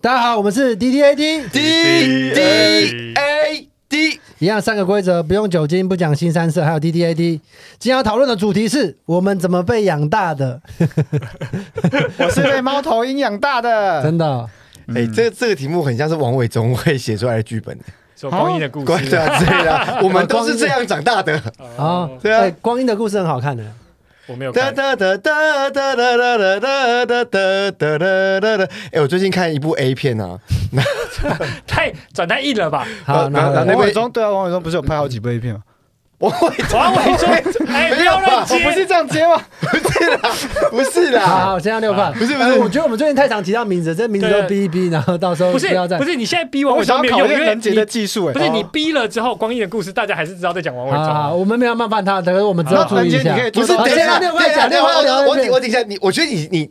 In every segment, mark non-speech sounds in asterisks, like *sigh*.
大家好，我们是 D T A T， D D A D，一样三个规则，不用酒精，不讲新三色，还有 D T A T。今天要讨论的主题是我们怎么被养大的，我是被猫头鹰养大的。真的哦、嗯哎、这这个题目很像是王伟忠会写出来的剧本，说光阴的故关事对啊。啊，对啊，我们都是这样长大的。啊哦，对啊哎光阴的故事很好看的，我没有哒看，哒哒哒哒哒哒哒哒哒哒哒哒哒哒。哎，我最近看一部 A 片啊，太转太硬了吧？好，然后然后然后嘞王伟忠对啊，王伟忠不是有拍好几部 A 片吗？哦王伟王伟忠，哎，不要乱我不是接，这样接 *laughs* 吗？不是好啦，好，现在六块，不是不是我觉得我们最近太常提到名字，这名字都对逼一逼，然后到时候不是要再不是，你现在逼王我伟想忠没要有考用，验因为人杰的你技术哎。不是你逼了之后，光阴的故事大家还是知道在讲王伟好好，好忠。啊我们没有冒犯他，可是我们只要那注人意杰一你下可。以不做是，到等一下，好现在等六块一下，讲等一六块聊下，我一我遍顶我顶一下，你我觉得你你。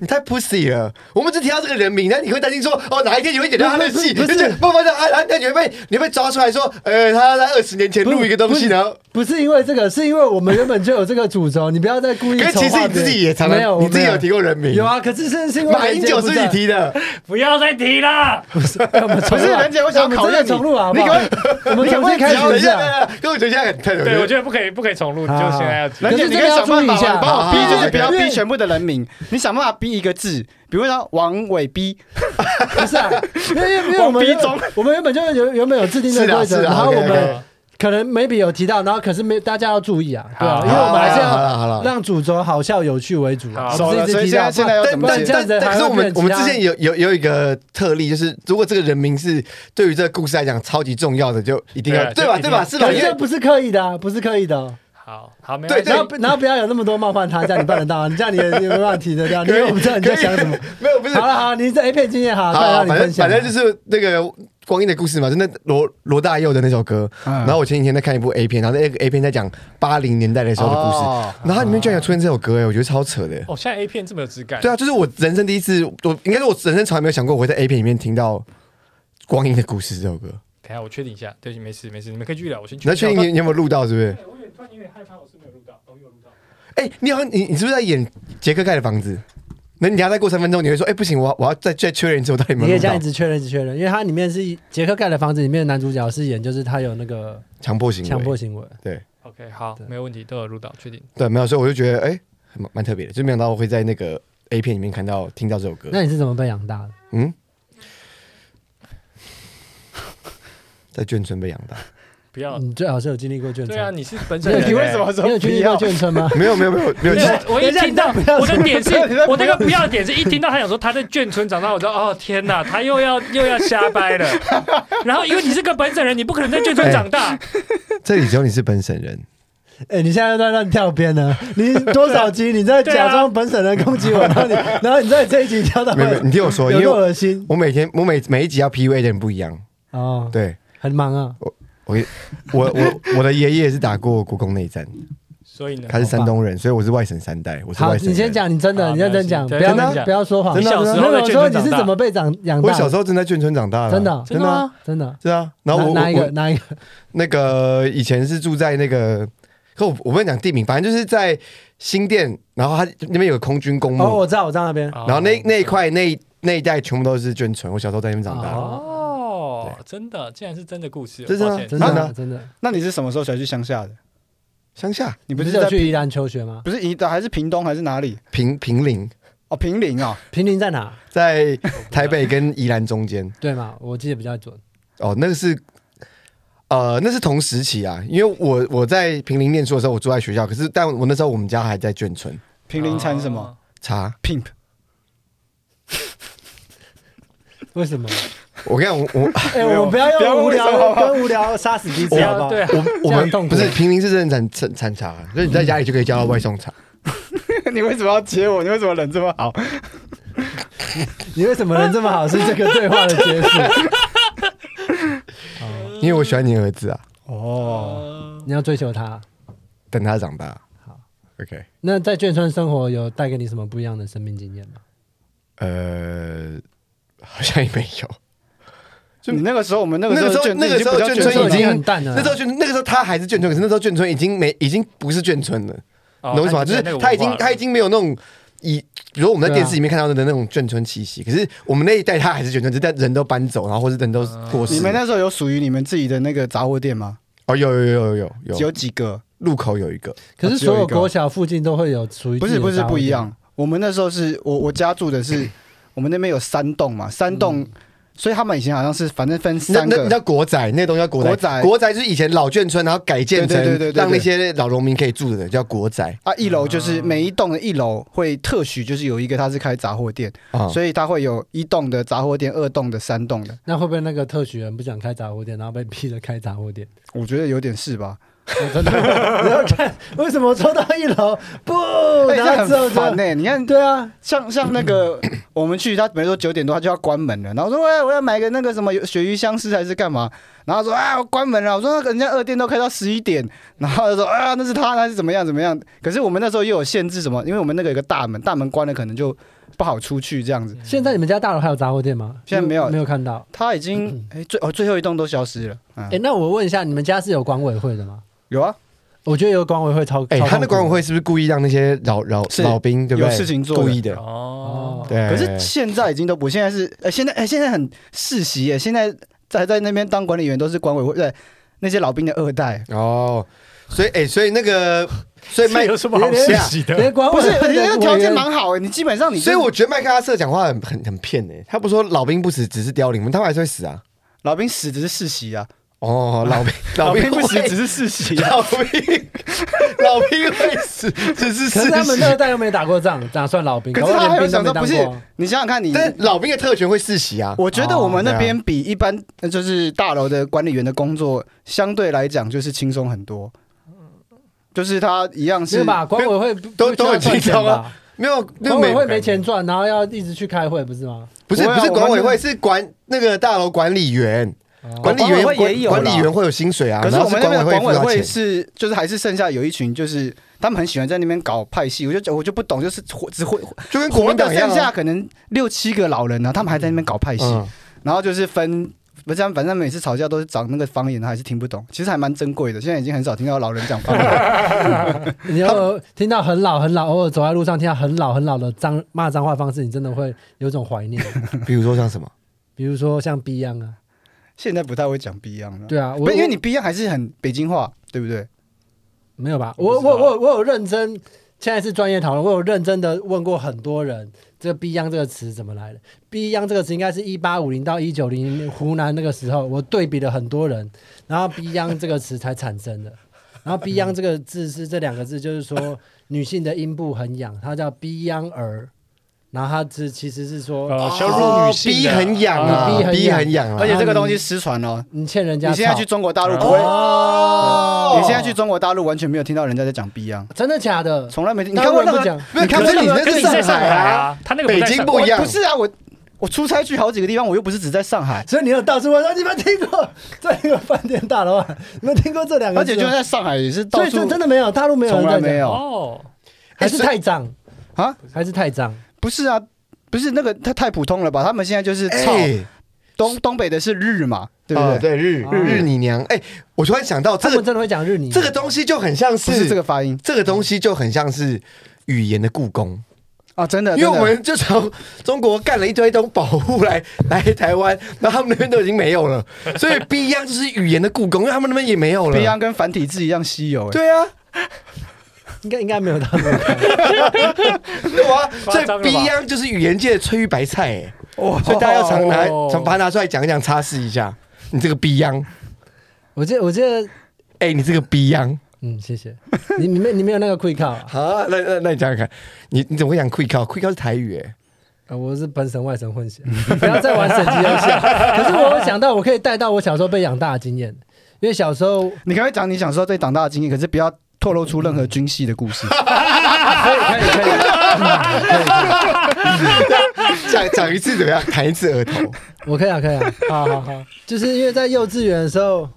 你太 pussy 了，我们只提到这个人名，但你会担心说，哦，哪一天你会演到他的戏，不是不是就觉得不不不，啊，啊那你会被你会被抓出来说，呃，他在二十年前录一个东西，然后不是因为这个，是因为我们原本就有这个主轴，你不要再故意可丑化别是其人。实你自己也常没有，常，你自己我没有提过人名，有啊，可是是是因为马英九是你提的，不要再提了，哎， *laughs* 我们重不录是啊人杰，我想要我考验你们真的重录啊，你好不好可我不可以们重新开等始一一下，下。等一下，跟我觉得现在很太有对我觉得不可以，不可以重录，就现在要好人可杰，是你这可个以要想注意办一法下，帮我好逼，就好是不要好因为逼全部的人名，你想办法逼一个字，比如说王伟逼，不是啊，因为因为因为我们往逼中我们原本就有原本有制定的是啊规则，是啊然后我 OK，OK 们可能 maybe 有提到，然后可是没大家要注意啊，对啊，好因为我们还是好了要好了好了让主轴好笑有趣为主啊，好不是一所直以提现到在现在要怎但么但解这？样子但还可会是我们变我们之其他前有有有一个特例，就是如果这个人名是对于这个故事来讲超级重要的，就一定要对对啊吧就对吧一定是吧？可因是为这不是刻意的啊，不是刻意的哦。好好没对关系然。后然后不要有那么多冒犯他，这样你办得到啊，你这样你也你也没办法提得掉，因为我不知道你在想什么。没有不是好了好了，你这 A 片经验好，快好，让你反分正享。反正就是那个光阴的故事嘛，就那罗罗大佑的那首歌。嗯然后我前几天在看一部 A 片，然后那个 A 片在讲八零年代的时候的故事，哦然后它里面居然有出现这首歌，哎，我觉得超扯的。哦，现在 A 片这么有质感，对啊，就是我人生第一次，我应该是我人生从来没有想过我会在 A 片里面听到《光阴的故事》这首歌。等一下我确定一下，对，没事没事，你们可以继续聊，我先你要确定一你下。你有没有录到，是不是？我有点突然有点害怕，我是没有录到，我有录到。哎、你好像你你是不是在演杰克盖的房子？那你等一下再过三分钟，你会说，哎、不行，我要我要再再确认一次，我到底有你没可以有录这样一到直确认，一直确认，因为它里面是杰克盖的房子，里面的男主角是演，就是他有那个强迫行为。强迫行为。 OK，好，没有问题，都有录到，确定。对，没有，所以我就觉得，哎、还蛮蛮特别的，就没想到我会在那个 A 片里面看到听到这首歌。那你是怎么被养大的？ *laughs* 嗯，在眷村被养大？不要，你最好是有经历过眷村。对啊，你是本省对对人欸，哦你为什么说嗯你有经不历过要？眷村 *laughs* 吗？没有，没有，没有，没有。对其实我一听到人家不要我的点是人家不要，我那个不要的点是一听到他想说他在眷村长大，我知道哦天哪，他又要又要瞎掰了。 *laughs* 然后因为你是个本省人，你不可能在眷村长大，哎这里只有你是本省 *laughs* 人，哎，你现在又在乱跳边呢？你多少集你在啊假装本省人攻击我，然后你然后你在这一集跳到没有，没有你听我说，有因为多我恶心我每天我每每一集要 PUA 的人不一样，哦，对。很忙啊。我我 *laughs* 我我的爷爷是打过国共内战，所以呢，他是山东人，所以我是外省三代，我是好，外省人。你先，讲，你真的，好你认真讲，不没要关系真的啊不要说谎。你小时没候有在我眷说村你长是大怎么被长养大我的？小时候真的在眷村长大的，真的真的吗？真的。是啊。然哪后我哪一我个我哪一个？那个以前是住在那个，可我我不能讲地名，反正就是在新店，然后他那边有个空军公墓，哦，我哦知道，我知道那边。然后那那一块那一那一带全部都是眷村，我小时候在那边长大。哦哦，真的，竟然是真的故事，这是啊抱歉真真的的啊真的，那你是什么时候才去乡下的？乡下你不不是是有在去宜兰求学吗？不是宜的还是屏东还是哪里？平平陵，哦，平陵哦，平林在哪？在台北跟宜兰中间。对嘛？我记得比较准。哦，那个是，呃，那是同时期啊，因为我我在平林念书的时候，我住在学校，可是但我那时候我们家还在眷村。平陵产什哦么？哦茶， ？pimp *laughs* 为什么？我跟你讲，我哎，我们不要不用要无为什聊么跟无聊杀死彼不此，好不要好？对啊，我我这们样痛苦不是平林是认产产产茶，啊所以你在家里就可以叫到外送茶。你为什么要接我？你为什么人这么好？你为什么人这么好？是这个对话的结束。哦因为我喜欢你儿子啊，哦，你要追求他。等他长大。啊好，OK，那在眷村生活有带给你什么不一样的生命经验吗？呃，好像也没有。就你那个时候，我们那个时候那个时候眷眷村已经不叫已经很淡了啊。那时候眷，那个时候他还是眷村，可是那时候眷村已经没，已经不是眷村了。哦懂我意思吗？就是他已经他已，经没有那种以比如我啊们在电视里面看到的那种眷村气息，可是我们那一代他还是眷村，只是但人都搬走，然后或是人都过世。你们那时候有属于你们自己的那个杂货店吗？哦，有有有有有有有，几个？路口有一个，可是所有国小附近都会有属于不自己的是不是杂货不一店样，我们那时候是我我家住的是我们那边有三栋嘛，三栋，所以他们以前好像是反正分那三那你知个道国仔那东西叫国仔，国宅国宅就是以前老眷村，然后改建成对对对对对对让那些老农民可以住的，叫国宅啊，一楼就是每一栋的一楼会特许就是有一个他是开杂货店，啊。所以他会有一栋的杂货店、二栋的、三栋的，那会不会那个特许人不想开杂货店，然后被逼着开杂货店？ *laughs* 我觉得有点是吧？我真的，你要看为什么抽到一楼不， *laughs* *laughs* 哎这然后之后很就烦呢、你看对啊，像像那个我们去，他比如说九点多他就要关门了，然后我说喂，我要买个那个什么鳕鱼香丝还是干嘛，然后他说啊我关门了，我说那个人家二店都开到十一点，然后他说啊那是他那是怎么样怎么样，可是我们那时候又有限制什么，因为我们那个有个大门，大门关了可能就不好出去这样子。现在你们家大楼还有杂货店吗？现在没有没有看到。他已经哎、最哦最后一栋都消失了，嗯哎、，那我问一下，你们家是有管委会的吗？有啊，我觉得有管委会超，哎、超他痛那苦管委会是不是故意让那些老老是老兵对不对？有事情做的故意的，哦哦，对。可是现在已经都不，现在是呃现在哎、现在很世袭耶，现在在在那边当管理员都是管委会对那些老兵的二代。啊哦，所以哎、所以那个，所 *laughs* 以 *laughs* 这麦，有什么好窃喜的？ *laughs* 连哦管不委是，会你那的个条件委员蛮好哎，你基本上你所以我觉得麦克阿瑟讲话很很很骗哎、他不说老兵不死，只是凋零吗？他们还是会死啊。老兵死只是世袭啊，哦，老兵， *laughs* 老兵兵不死会只是世 *laughs* 袭啊。老兵，老兵会死，只是可事是他们实。那代又没打过仗，哪算老兵？可搞是不好他还连有兵都没想说，当不是过。你想想看你，啊但老兵的特权会世袭啊。我觉得我们那哦边比一般呃就是大楼的管理员的工作相对来讲就是轻松很多，就是他一样对是吧？管委会都都很轻松啊啊。没有，那管委美会没钱赚，然后要一直去开会，不是吗？不是不会啊不是管委我会，们是管那个大楼管理员，哦管理员管委会管也有啦管理员会有薪水啊，可是然后我们那管边的委管委付他会钱。是，就是还是剩下有一群，就是他们很喜欢在那边搞派系，我就我就不懂，就是活只会就跟国活民的党一样剩下啊。可能六七个老人啊，他们还在那边搞派系，嗯，然后就是分，不是，反正每次吵架都是讲那个方言，还是听不懂，其实还蛮珍贵的，现在已经很少听到老人讲方言，你有听到很老很老，偶尔走在路上听到很老很老的脏骂脏话方式，你真的会有种怀念。比如说像什么？比如说像 Beyond 啊，现在不太会讲 Beyond 了，对啊，不我是，因为你 Beyond 还是很北京话，对不对？我没有吧？我我不知道我我我有认真，现在是专业讨论，我有认真的问过很多人，这个 Beyond 这个词怎么来的？Beyond 这个词应该是一八五零到一九零湖南那个时候，我对比了很多人，然后 Beyond 这个词才产生 *laughs* 的。然后 Beyond 这个字是这两个字，就是说女性的阴部很痒，它叫 Beyond 儿，然后它是其实是说哦，羞辱女性逼的很痒哦逼啊，很逼痒很痒而啊。且这个东西失传了，你欠人家你草。现在去中国大陆不会，哦你现在去中国大陆完全没有听到人家在讲 Beyond，哦真的假的？从来没听，你大看陆过人那不个讲，没有，看可这是里可是你那在是上海海啊，啊，他那个北不在京上不一样我。不是啊，我我出差去好几个地方，我又不是只在上海，所以你有到处问说哦你们听过 *laughs* 这个饭店大楼啊？你们听过这两个而字且吗？就在上海也是到啊所以处这真的没有，大陆没有从人来在讲没，有哎哦，还是太脏啊，还是太脏。不是啊，不是那个他太普通了吧？他们现在就是操哎东东北的是日嘛，对不啊对？哦对日啊日你娘！哎，我突然想到他这们个真的会讲日语，这个东西就很像不是这是个发音这个东西就很像是语言的故宫。啊，真的，因为真的我们就从中国干了一堆东保护来 *laughs* 来台湾，然后他们那边都已经没有了，所以 Beyond 就是语言的故宫，因为他们那边也没有了。 Beyond 跟繁体字一样稀有，哎，对啊，应该应该没有到那么高对啊，所夸以张了吧 Beyond 就是语言界的翠玉白菜、欸， *laughs* 哇所以大家要常拿哦常把它拿出来讲一讲，擦拭一下。你这个 Beyond，我记得我记得，哎、你这个 Beyond 嗯，谢谢你，你没你没有那个 quick call，啊啊，那那那你讲讲看，你你怎么会讲 Quick Call？Quick Call 是台语、欸，呃我是本省外省混 *laughs* 血，不要再玩省级游戏啊。可是我有想到，我可以带到我小时候被养大的经验，因为小时候你可不可以讲你小时候对长大的经验，可是不要透露出任何军系的故 *laughs* 事。可以可以可以，讲讲一次怎么样？弹一次额头，我可以啊可以啊，*laughs* 好好好，就是因为在幼稚园的时候，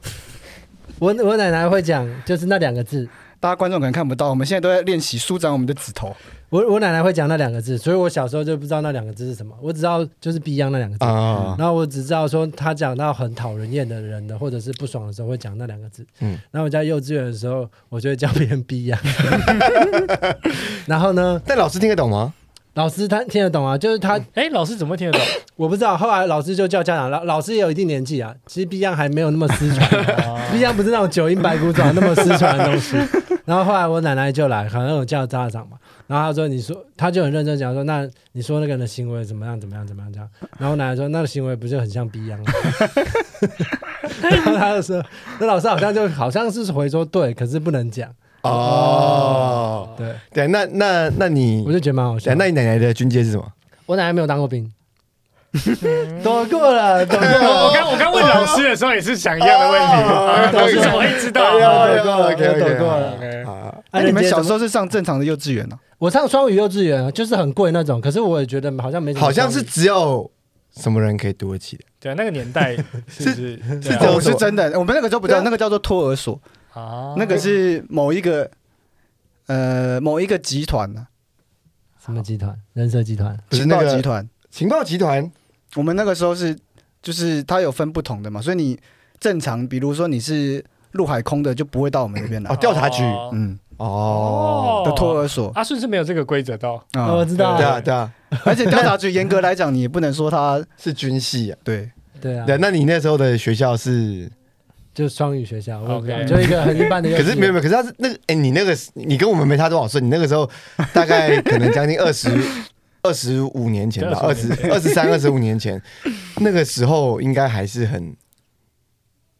我我奶奶会讲，就是那两个字，大家观众可能看不到，我们现在都在练习舒展我们的指啊头。我我奶奶会讲那两个字，所以我小时候就不知道那两个字是什么，我只知道就是 Beyond 那两个字。啊然后我只知道说，他讲到很讨人厌的人的，或者是不爽的时候，会讲那两个字。嗯嗯，然后我在幼稚园的时啊 *laughs* 候，我就会叫别人逼呀、然后呢，但老师听得懂吗？老师他听得懂啊，就是他哎，老师怎么会听得懂？我不知道，后来老师就叫家长，老老师也有一定年纪啊，其实 B 样还没有那么失传，B 样不是那种九阴白骨爪那么失传的东西。然后后来我奶奶就来，可能我叫家长嘛，然后她说：“你说，她就很认真讲说，那你说那个人的行为怎么样，怎么样，怎么样这样。”然后我奶奶说：“那个行为不就很像 B 样吗？”然后她就说：“那老师好像就好像是回说对，可是不能讲。哦，对，对，那那那你我，就觉得蛮好对笑。那你奶奶的军阶是什么？我奶奶没有当过兵，躲过了，躲过 *laughs* 了。我刚我刚问老师的时候也是想一样的问 *laughs* 题，老师怎么会知道？哎呀躲过了，OK，OK，躲过了好。啊，哎，你们小时候，候是上正常的幼稚园啊呢？我上双语幼稚园啊，就是很贵那种，可是我也觉得好像没什么。好像是只有什么人可以读得起的，对，啊那个年代是不是对啊这哦种我是真的，我们那个时候不对叫啊那个叫做托儿所，哦啊那个是某一个呃某一个集团呢，什么集团？人社集团。不是情那报个集团。情报集团我们那个时候是就是它有分不同的嘛，所以你正常，比如说你是陆海空的，就不会到我们这边哦，来。调查局哦嗯，哦，的托儿所阿顺是没有这个规则的哦，哦我啊，知道对啊，啊对啊，而且调查局严格来讲，你也不能说他是军系啊。对，对啊对，，那你那时候的学校是，就双语学校，我也不知道 OK 就一个很一 *laughs* 般的幼稚可园。是没有没有，可是他是那个，哎，你那个你跟我们没差多少岁，你那个时候大概可能将近二十。二十五年前吧，二25十年前二十三、二十五年前，那个时候应该还是很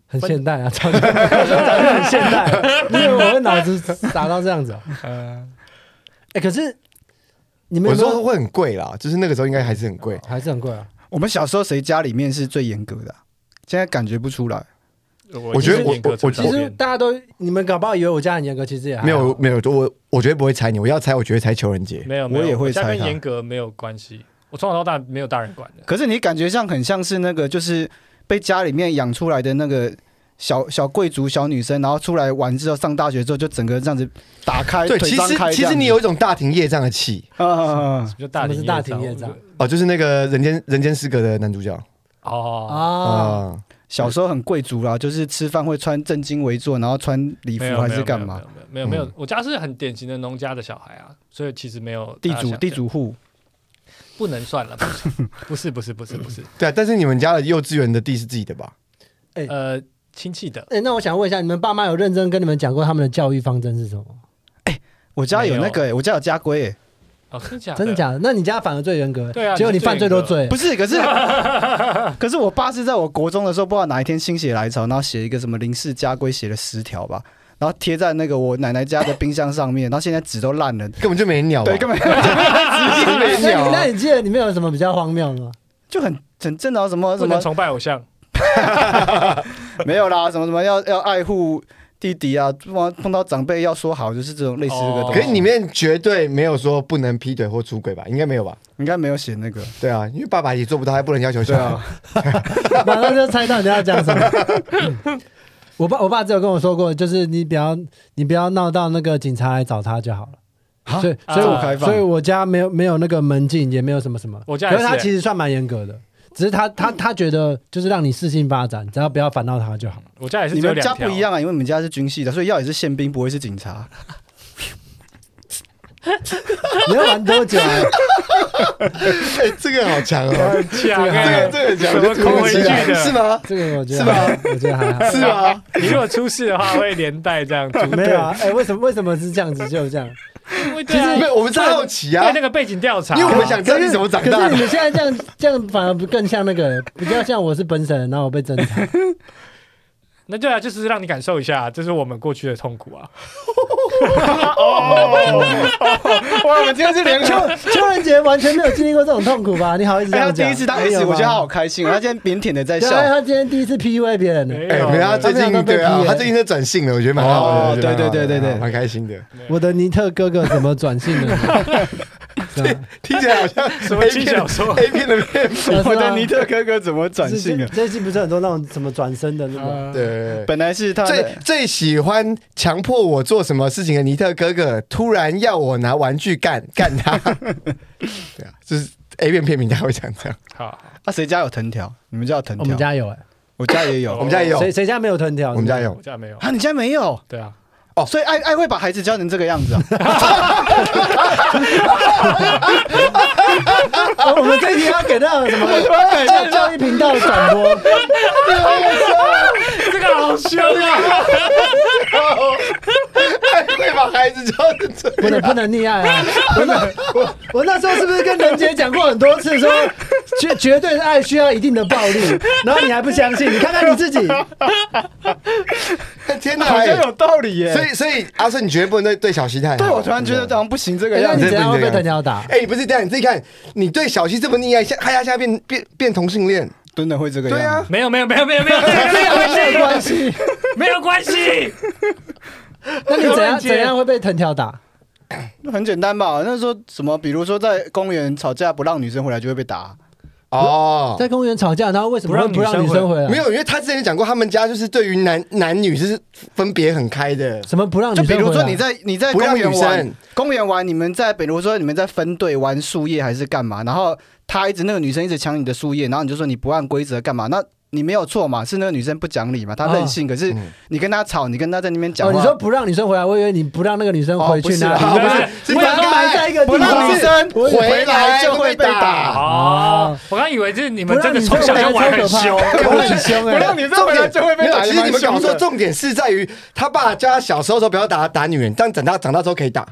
很现代啊，超级很现代。 *laughs* 因为我的脑子打到这样子哦。呃嗯，哎，可是你们我有没有说会很贵啦，就是那个时候应该还是很贵。还是很贵啊？我们小时候谁家里面是最严格的啊、现在感觉不出来。我觉得我严格我成我长其实变大家都，你们搞不好以为我家很严格，其实也还好没有。没有，我我绝对不会猜你，我要猜我绝对猜邱仁杰。没有没有，我也会家猜跟他严格没有关系，我从小到大没有大人管的。可是你感觉像很像是那个，就是被家里面养出来的那个小小贵族小女生，然后出来玩之后上大学之后就整个这样子打开，对，腿其张实开其实你有一种大庭业障的气啊、嗯什么叫大什么庭是大庭业障哦，就是那个人间人间失格的男主角哦，啊，啊，小时候很贵族啦，就是吃饭会穿正襟危坐，然后穿礼服没有还是干嘛？？嗯没有没有没有没有，没有我家是很典型的农家的小孩啊，所以其实没有地大家主想地主户，不能算了，不是不是不是不是不是，对啊，但是你们家的幼稚园的地是自己的吧？呃，亲戚的哎，那我想问一下，你们爸妈有认真跟你们讲过他们的教育方针是什么？我家有那没个、欸，我家有家规、欸，哦，真的假的？真的假的？那你家反而最严格，对啊结果你你是犯最最多严格罪不。是，可是 *laughs* 可是我爸是在我国中的时候，不知道哪一天心血来潮，然后写一个什么林氏家规，写了十条吧，然后贴在那个我奶奶家的冰箱上面，然后现在纸都烂了，根本就没鸟啊，对，根本本那没你鸟那啊。你记得里面有什么比较荒谬的吗？就很很正常，什么不什能么崇拜偶像，没有啦，什么什么要要爱护弟弟啊，碰碰到长辈要说好，就是这种类似这个哦东可西。是里面绝对没有说不能劈腿或出轨吧？应该没有吧？应该没有写那个，对啊，因为爸爸也做不到，还不能要求小对孩。啊，马上就猜到你要讲什么。嗯我爸我爸只有跟我说过，就是你不要你不要闹到那个警察来找他就好了。所以啊所以这么我开放所以我家没有没有那个门禁，也没有什么什么。我家可也是是他欸其实算蛮严格的，只是他他他觉得就是让你事情发展，只要不要烦到他就好。我家也是你只有们两家条。不一样啊，因为你们家是军系的，所以要也是宪兵，不会是警察。你要玩多久啊？ *laughs* 哎，这个好强哦，强这哎个，这个很强，怎么扣回去的啊是吗？这个我觉得是吧还我觉得还好。是吗？你如果出事的话，会连带这样出。 *laughs* 没有啊？哎、为什么为什么是这样子？就是这样。因为对啊，没有，我们是好奇啊对，那个背景调查，因为我们想知道 *laughs* 你怎么长可大是你的。们现在这样这样反而不更像那个，比较像我是本省人，然后我被侦查。那对啊，就是让你感受一下，这是我们过去的痛苦啊。哇，我们今天是连邱邱仁杰完全没有经历过这种痛苦吧？你好意思这哎，他样讲？第一次当没有 S，吧我觉得他好开心哦， *laughs* 他今天腼腆的在对笑。啊，他今天第一次 PUA 别人呢。没哎，没有，他他们最俩近都被对啊批，耶他最近在转性了，我觉得蛮好哦的，我觉得蛮好的对对对对对蛮开心的。我的尼特哥哥怎么转性了呢？ *laughs* 是吧听起来好像什么轻小说 *laughs* A 片的 A 片的片名。啊是吗我的尼特哥哥怎么转性啊这了？这期不是很多那种什么转身的那种，啊，对，本来是他最的，最喜欢强迫我做什么事情的尼特哥哥，突然要我拿玩具干干他。对啊，就是 A 片片名他会讲这样。好，啊，谁家有藤条？你们家有藤条？我们家有哎，我家也有哦我们家也有，谁谁家没有藤条？ *laughs* 我们家有我。家没有。啊，你家没有？对啊，哦所以爱爱会把孩子教成这个样 *laughs* 子啊！哦我们这一集要给那个什 *laughs* 哎么教育频道的转播，这个好凶啊！ *laughs* 会把孩子教成这不能不能溺爱 *laughs* 啊！我那我我那时候是不是跟任杰讲过很多次说， *laughs* 绝绝对的爱需要一定的暴力，然后你还不相信？你看看你自己，样，天哪！哎好像有道理耶。所以所以阿顺，你绝对不能对对小西太好。对我突然觉得好像不啊行 *laughs* 这个哎那样你子怎。样会被藤条打？哎、你不是这样，你自己看，你对小西这么溺爱，现害他现在变变变同性恋，真的会这个样对子。啊，没有没有没有没有没有没没有 *laughs* 关关系，系。没有关系。那你怎样姐怎样会被藤条打？那很简单吧？那时候什么，比如说在公园吵架不让女生回来就会被打，哦，在公园吵架，然后为什么会不不让让女女生生回来？没有，因为他之前有讲过，他们家就是对于男男女就是分别很开的，什么不让女就生啊比回来？如说你在你在不让公女园玩生，公园玩，你们在比如说你们在分队玩树叶还是干嘛，然后他一直那个女生一直抢你的树叶，然后你就说你不按规则干嘛？那你没有错嘛，是那个女生不讲理嘛，她任性。可是嗯你跟她吵，你跟她在那边讲啊哦，话，你说不让女生回来，我以为你不让那个女生回哦不去是哪啊里？哦不是 *laughs* 是对我分想开埋在一个地不让方女。生我以为回来就会回来就会被被打打，哦，我刚以为就是你们真的从小就玩很凶，我很凶哎、让女生回来就会没被有，打。其实你们搞错，重点是在于他爸教他小时候的时候不要打打女人，但长大长大之后可以打。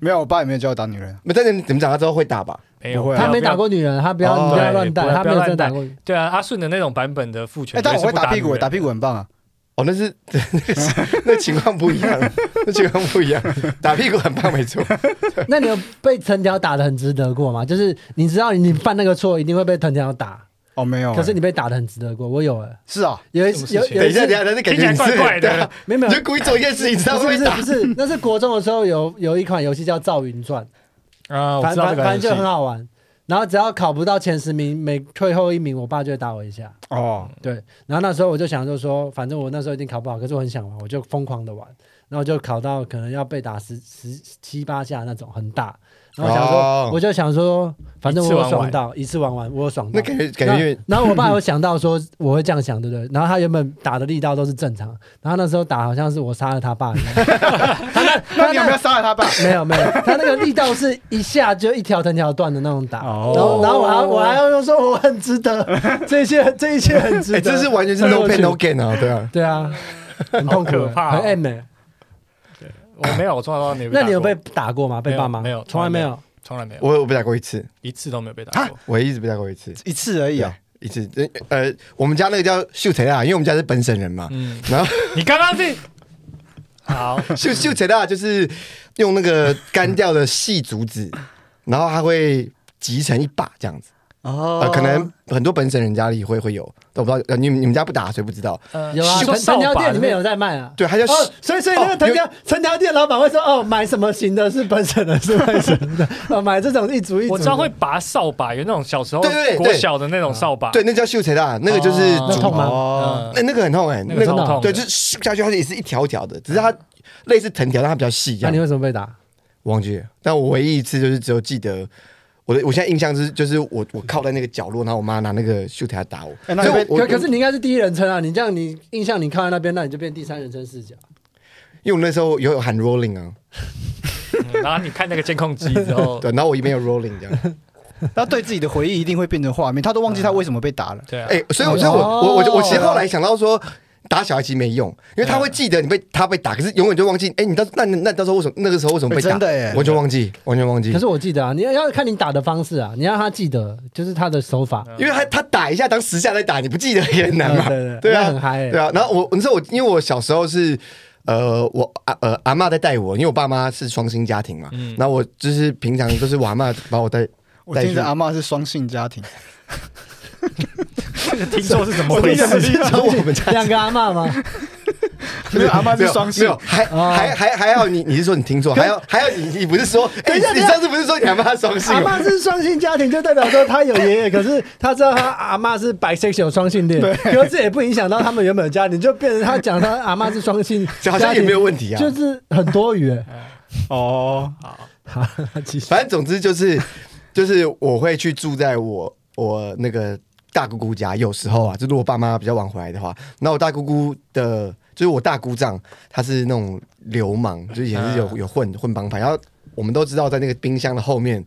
没有，我爸也没有教我打女嗯人。没，但是你们长大之后会打吧？没不会啊他没打。过女人，他不要、哦你不要乱带，对他没有真的打过。对啊，阿顺的那种版本的父权，哎，但我会打屁股，打屁股。股很棒啊。哦，那是 *laughs* 那是那情况不一样，那情况不一样，打屁股很棒，没错。 *laughs* 那你有被藤条打的很值得过吗？就是你知道你犯那个错一定会被藤条打，哦，没有欸，可是你被打的很值得过。我有哎、是啊，有一什次么事有情有一等一下，次等一下，但是感觉你 *laughs* 听起来是怪怪的对啊没有没有你就故意做一件事情，知道不会是不是打哦不。是，那是国中的时候有有一款游戏叫《赵云传》，啊，我反知道这反个反正就很好玩。然后只要考不到前十名，每退后一名，我爸就会打我一下。嗯哦，对，然后那时候我就想就说，反正我那时候已经考不好，可是我很想玩，我就疯狂的玩，然后就考到可能要被打十十七八下那种很大，然后我想说，哦我就想说，反正我一次有玩爽完到一次玩完，我有爽到那。感觉感觉有点然后我爸有想到说我会这样想，对不对？然后他原本打的力道都是正常，然后那时候打好像是我杀了他爸一样，他那那他你有没那有杀了 *laughs* 他爸？没有没有，他那个力道是一下就一条藤条断的那种打，哦然后然后我还我还要说我很值得，这一切这一切很值哎、得，这是完全是很 no 有 pain 趣 no gain 啊，对啊。对啊，很痛苦好可怕哦很 M 欸我没有，我从小到没有。 *laughs* 那你有被打过吗？被爸妈没有没有从来没从有。从来没有，我我被打过一次，一次都没有被打过。我一直被打过一次，一次而已啊。一次。呃，呃我们家那个叫秀才啊，因为我们家是本省人嘛，嗯， *laughs* 然后你 *laughs* 刚刚是好，秀秀才啊就是用那个干掉的细竹子，然后它会集成一把这样子。啊哦呃，可能很多本省人家里会会有，但我不知道，呃你们你们家不打，所以不知道。有啊，说藤扫藤条把店里面有在卖啊。对，它叫哦，所以所以那哦个藤条藤条店老板会说，哦，买什么型的是本省的，是外省的，哦，买这种一组一组的。我知道会拔扫把，有那种小时候对对对国小的那啊种扫把，对，那叫秀才啊，那个就是哦那竹痛吗？哦，嗯，那那个很痛哎、那个那真超的哦痛的，对，就是咻下去，它也是一条一条的，只是它类似藤条，但它比较细。那这样啊你。为什么被打？忘记了。但我唯一一次就是只有记得我的，我现在印象是就是我我靠在那个角落，然后我妈拿那个秀台打我。哎那所以你被我可可是你应该是第一人称啊，你这样你印象你看到那边，那你就变第三人称视角。因为我那时候有有喊 rolling 啊，嗯然后你看那个监控机之后，对，然后我一边有 rolling *laughs* 这样。他对自己的回忆一定会变成画面，他都忘记他为什么被打了。对啊，哎、所以我哦所以我我我我其实后来想到说。打小孩其实没用，因为他会记得你被他被打，可是永远就忘记。哎、你到那那那到时候为什么那个时候为什么被哎打？真的耶完全忘记，完全忘记可。是我记得啊，你要要看你打的方式啊，你让他记得，就是他的手法。因为他他打一下当十下再打，你不记得也很难嘛。嗯对对对啊，那很嗨欸对啊，然后我你知道我，因为我小时候是。呃，我啊呃阿妈在带我，因为我爸妈是双薪家庭嘛，嗯然后我就是平常都是我阿妈把我带我带去听着，阿嬷是双性家庭，这个听说是怎么回事？从我 *laughs* 们家两个阿嬷吗？没有阿嬷 *laughs* 没是有双没性有，，还哦还还还好你你是说你听错，还有还有你你不是说，哎等一下你等一下上次不是说你阿妈双薪阿吗？妈是双性家庭，就代表说他有爷 *laughs* 爷，可是他知道他阿妈是 bisexual 双性恋，可是这也不影响到他们原本的家庭，就变成他讲他阿妈是双 *laughs*，性这好像也没有问题啊就是很多余欸。哦，好， *laughs* 继续。反正总之就是 *laughs* 就是我会去住在我我那个大姑姑家，有时候啊，就如果我爸妈比较晚回来的话，那我大姑姑的，就是我大姑丈，他是那种流氓，就也是有、啊有混混帮派。然后我们都知道，在那个冰箱的后面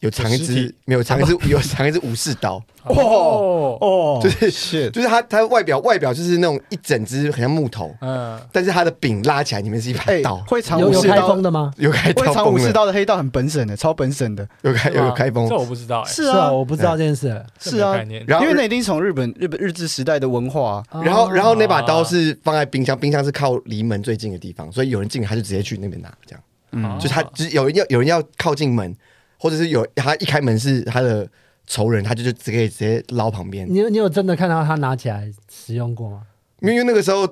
有藏一有尸只体没有藏一 *laughs* 只有藏一只武士刀，哦，哦，就是是就是它它外表外表就是那种一整只很像木头，嗯，但是它的柄拉起来里面是一把哎刀，，会藏有武有士开刀封，的吗？有开会刀藏锋武士的，刀的黑道很本省的，超本省的。有开有有开封啊这，我不知道哎，是是啊啊，，我不知道这件事。这是没有啊概念然后因为那一定是从日本日本日治时代的文化啊。然后，哦然后那把刀是放在冰箱，冰箱是靠离门最近的地方，所以有人进来他就直接去那边拿，这样。嗯哦就他，就是有人要有人要靠近门，或者是有他一开门是他的仇人，他就就直接直接捞旁边，你有你有真的看到他拿起来使用过吗？因为因为那个时候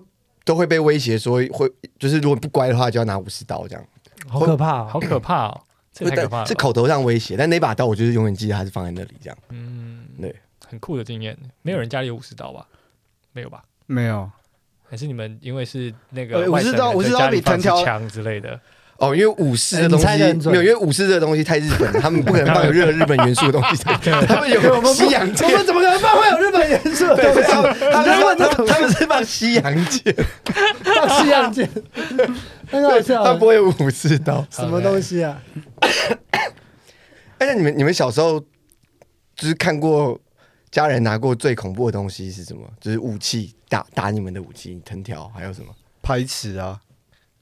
都会被威胁说会，就是如果不乖的话就要拿武士刀这样，好可怕哦！ *laughs* 好可怕哦，这个太可怕了吧，但是口头上威胁，但那把刀我就是永远记得它是放在那里这样。嗯，对，很酷的经验，没有人家里有武士刀吧？没有吧？没有，还是你们因为是那个呃外省人我知道我知道在家里比藤放条支枪之类的，哦，因为武士的哎东你西猜得很准没有，因为武士这个东西太日本了，他们不可能放有任何日本元素的东西在里面，他们有没有西洋剑？我们怎么可能放会有日本元素的东西？他们他们他们他们是放西洋剑，放西洋 *laughs* 剑，很好笑他欸。不会有武士刀。什么东西啊？而哎且你们你们小时候就是看过家人拿过最恐怖的东西是什么？就是武器打打你们的武器，藤条还有什么？排斥啊，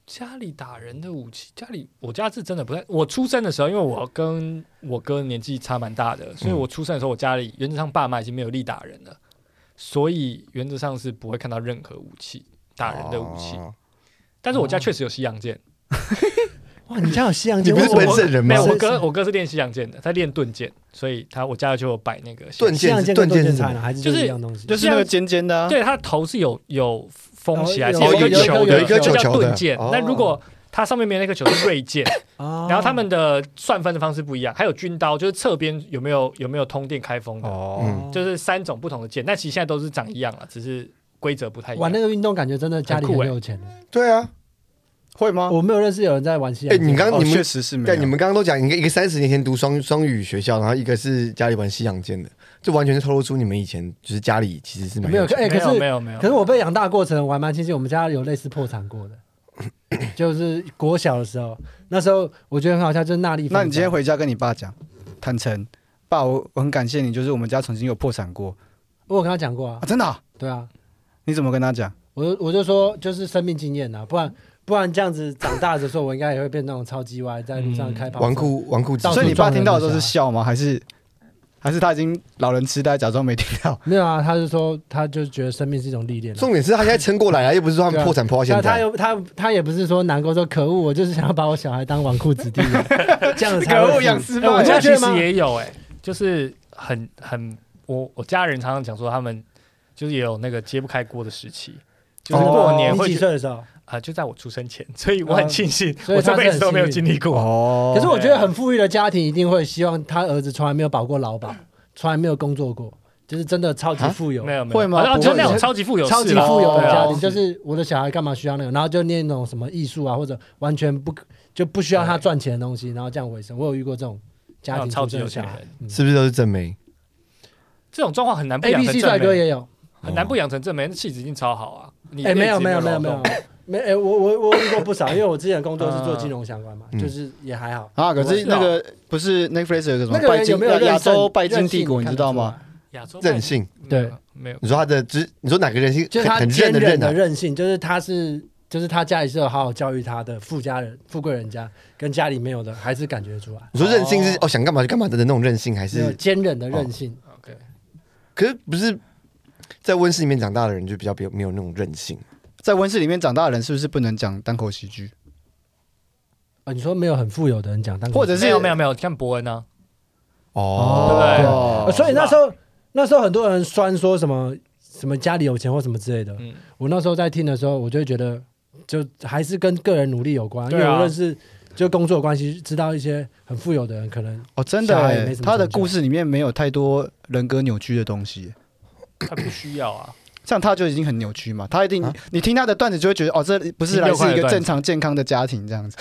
家里打人的武器，家里我家是真的不太。我出生的时候，因为我跟我哥年纪差蛮大的，所以我出生的时候，我家里原则上爸妈已经没有力打人了，所以原则上是不会看到任何武器打人的武器。哦但是我家确实有西洋剑，哇，你家有西洋你剑？不是我本省人没吗有？是我哥我哥是练西洋剑的，他练盾剑，所以他我家就有摆那个西洋盾西剑洋是剑跟盾盾剑剑是什差哪？么？还是就是一样东西？就是那个尖尖的啊。对，它的头是有有封起来，哦是有一有个球有的，有一个这球叫的盾箭哦。那如果它上面没有那颗球是锐箭，哦然后他们的算分的方式不一样，还有军刀，就是侧边有没有有没有通电开封的，哦，嗯，就是三种不同的箭。那其实现在都是长一样了，只是规则不太一玩样那。个运动，感觉真的家里很很酷欸有钱的。对啊。会吗？我没有认识有人在玩西哎，洋剑。你刚哦你确们实是没有。对你们刚刚都讲一个一个三十年前读双双语学校，然后一个是家里玩西洋剑的，这完全是透露出你们以前就是家里其实是蛮没有钱哎，可没有没是有没有，可是我被养大过程，我还蛮庆幸我们家有类似破产 *laughs* 过的。就是国小的时候，那时候我觉得很好笑，就是那立方。那你今天回家跟你爸讲，坦诚，爸，我我很感谢你，就是我们家曾经有破产过我有跟他讲过啊啊，，真的啊、对啊，你怎么跟他讲？我就我就说就是生命经验啊，不然不然这样子长大的时候，我应该也会变那种超级歪，在路上开跑车。嗯纨绔纨绔子到弟，处所以你撞爸人听到的时候的是小笑吗？还是还是他已经老人痴呆，假装没听到？没有啊，他就说他就觉得生命是一种历练啊、重点是他现在撑过来了，又不是说他对们啊破产破到他现他在。又他他也不是说难过说可恶，我就是想要把我小孩当纨绔子 *laughs* 弟啊，这样子才会可恶养死哎爸我你家不觉其得实吗也有哎，就是很很我我家人常常讲说他们就是也有那个揭不开锅的时期。就是过年哦你会几去岁的时候？啊、就在我出生前，所以我很庆幸，所以我这他辈是子很都没有幸经历过。哦可是我哎觉得很富裕的家庭一定会希望他儿子从来没有保过劳保，从来没有工作过，就是真的超级啊富有。没有没有，会吗啊不就会那种是超级富有，超级富有的对啊家庭，就是我的小孩干嘛需要那个？然后就念那种什么艺术啊，或者完全不就不需要他赚钱的东西，然后这样为生。我有遇过这种家那种庭啊超出级这有种钱小孩人，嗯是不是都是正妹？这种状况很难不，A 养 B 成 C 帅正哥妹，也有，很难不养成正妹，那气质已经超好啊。你哎，没有没有有没有没有，没哎，我我我遇过不少，因为我之前的工作是做嗯金融相关嘛，嗯就是也还好。啊，可我是知道那个不是 Netflix 有个什么那个拜人有金呃没有亚认证洲拜金认性帝国，你知道吗？？亚洲任性？对，没有你说他的只你说哪个人性就是他很很坚认的韧认啊的？韧性，就是他是，就是他家里是有好好教育他的富家人、富贵人家，跟家里没有的，还是感觉出来，你说任性是哦想干嘛就干嘛的那种任性，还没有哦是坚韧的韧性。 ，OK，可是不是在温室里面长大的人就比较没有没有那种任性？在温室里面长大的人是不是不能讲单口喜剧？啊，你说没有很富有的人讲，但或者是没有没有没有，看伯恩啊，哦，对呃所以那时候那时候很多人酸说什么什么家里有钱或什么之类的。嗯，我那时候在听的时候，我就会觉得，就还是跟个人努力有关，因对啊为我认识就工作关系，知道一些很富有的人可能哦，真的小孩也欸没什么他的成就故事里面没有太多人格扭曲的东西，他不需要啊，这样他就已经很扭曲嘛。他一定，啊你听他的段子就会觉得，哦，这不是来听六块自的一个段子正常健康的家庭这样子。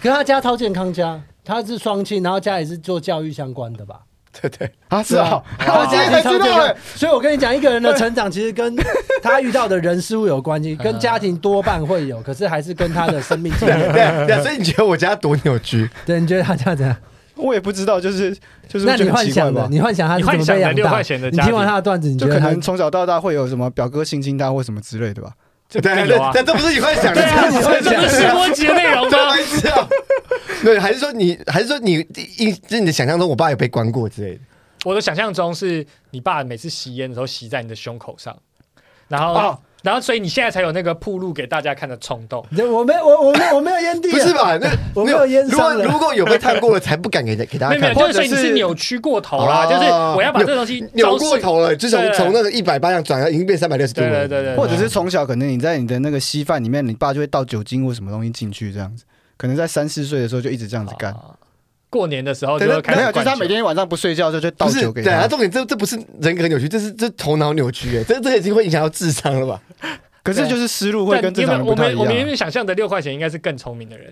可是他家超健康家，他是双亲，然后家也是做教育相关的吧？对对，啊，是啊，哇我今天才知道哎，所以我跟你讲，一个人的成长其实跟他遇到的人事物有关系，跟家庭多半会有，可是还是跟他的生命经对 *laughs* 验。对对，所以你觉得我家多扭曲？对，你觉得他这样怎样？我也不知道，就是就是那就你很幻奇怪想的，吧。你幻想他是你怎幻么想被的养六大块？钱的你家听完庭，他的段子，你觉就得可他能从小到大会有什么表哥性侵他或什么之类的吧。这对个对有啊，对，这不是你幻想的，*laughs* 对啊，这这这不是试播集的内容开吗？玩笑。对，还是说你，还是说你，一就是你的想象中，我爸也被关过之类的。我的想象中是你爸每次吸烟的时候吸在你的胸口上，然后、哦然后所以你现在才有那个铺路给大家看的冲动。你我没有我我没有我没有烟蒂啊，不是吧？那我没有烟如果伤了如果有被看过了，才不敢给给大没家有没看有，。就是或者所以你是是扭曲过头哦啦，就是我要把这东西扭招过式头了，就对从对从那个一百八样转了，已经变三百六十度对了。对对对，或者是从小可能你在你的那个稀饭里面，你爸就会倒酒精或什么东西进去这样子，可能在三四岁的时候就一直这样子干。啊过年的时候就对会对开没始有，就是灌他酒每天晚上不睡觉就就倒不是酒给对啊，他。重点这这不是人格扭曲，这是这头脑扭曲 *laughs* 哎，这这已经会影响到智商了吧？可是就是思路会但跟正因为常人不我太一们我样们原啊。本想象的六块钱应该是更聪明的人，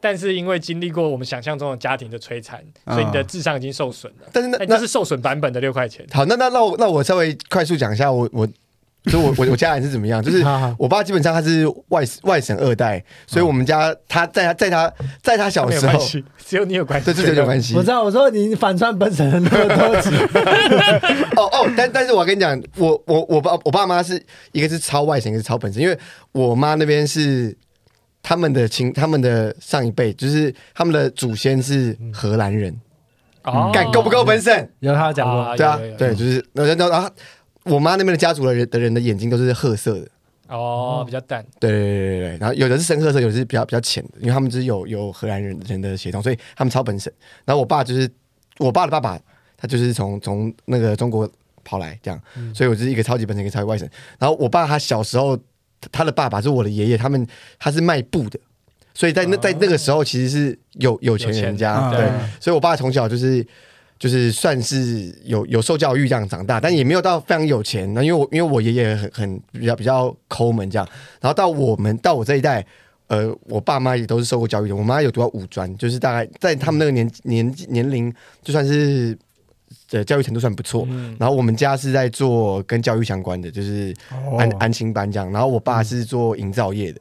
但是因为经历过我们想象中的家庭的摧残，所以你的智商已经受损了。但是那但那这哎是受损版本的六块钱，好，那那那我那我稍微快速讲一下，我我就我我我家人是怎么样，就是好好我爸基本上他是外外省二代，所以我们家他在他在他在他他小没有时关候，系， *laughs* 只有你有关系，哦对对对有关系我。知道，我说你反串本省人那么多集，哦哦，但但是我跟你讲，我我我爸我爸妈是一个是超外省，一个是超本省，因为我妈那边是他们的亲，他们的上一辈就是他们的祖先是荷兰人，哦，嗯干够不够本省？有他讲过啊，对啊有有有，对，就是那那那然后我妈那边的家族的人的人的眼睛都是褐色的。哦，比较淡，对对对对对，然后有的是深褐色，有的是比较比较浅的，因为他们就是有有荷兰人人的血统，所以他们超本省。然后我爸就是我爸的爸爸，他就是从从那个中国跑来这样，嗯所以我就是一个超级本省，一个超级外省。然后我爸他小时候，他的爸爸是我的爷爷，他们他是卖布的，所以在那在那个时候其实是有有钱人家，有钱对嗯，所以我爸从小就是。就是算是有有受教育这样长大，但也没有到非常有钱。那因为我因为我爷爷很很比较比较抠门这样，然后到我们到我这一代，呃，我爸妈也都是受过教育的。我妈有读到五专，就是大概在他们那个年年年龄，就算是呃教育程度算不错。嗯，然后我们家是在做跟教育相关的，就是安、哦，安亲班这样。然后我爸是做营造业的，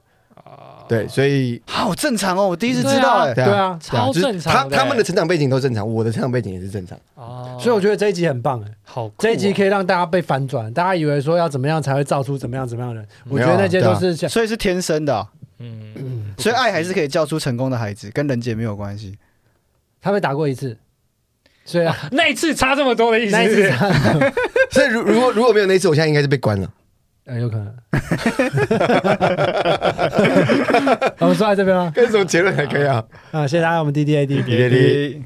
对，所以好正常哦，我第一次知道哎。对啊，对啊超就是正常的欸他他们的成长背景都正常，我的成长背景也是正常。哦，所以我觉得这一集很棒哎。好酷哦，这一集可以让大家被反转，大家以为说要怎么样才会造出怎么样怎么样的人，我觉得那些都是想所以是天生的啊，嗯，所以爱还是可以教出成功的孩子，跟人杰没有关系。他被打过一次，所以啊那一次差这么多的意思那一是不次 *laughs* 是，他所以如如果如果没有那一次，我现在应该是被关了。 *laughs* 呃有可能。 *laughs* 我们说到这边吗？跟什么结论还可以啊？啊啊，谢谢大家，我们 D D A D。别离。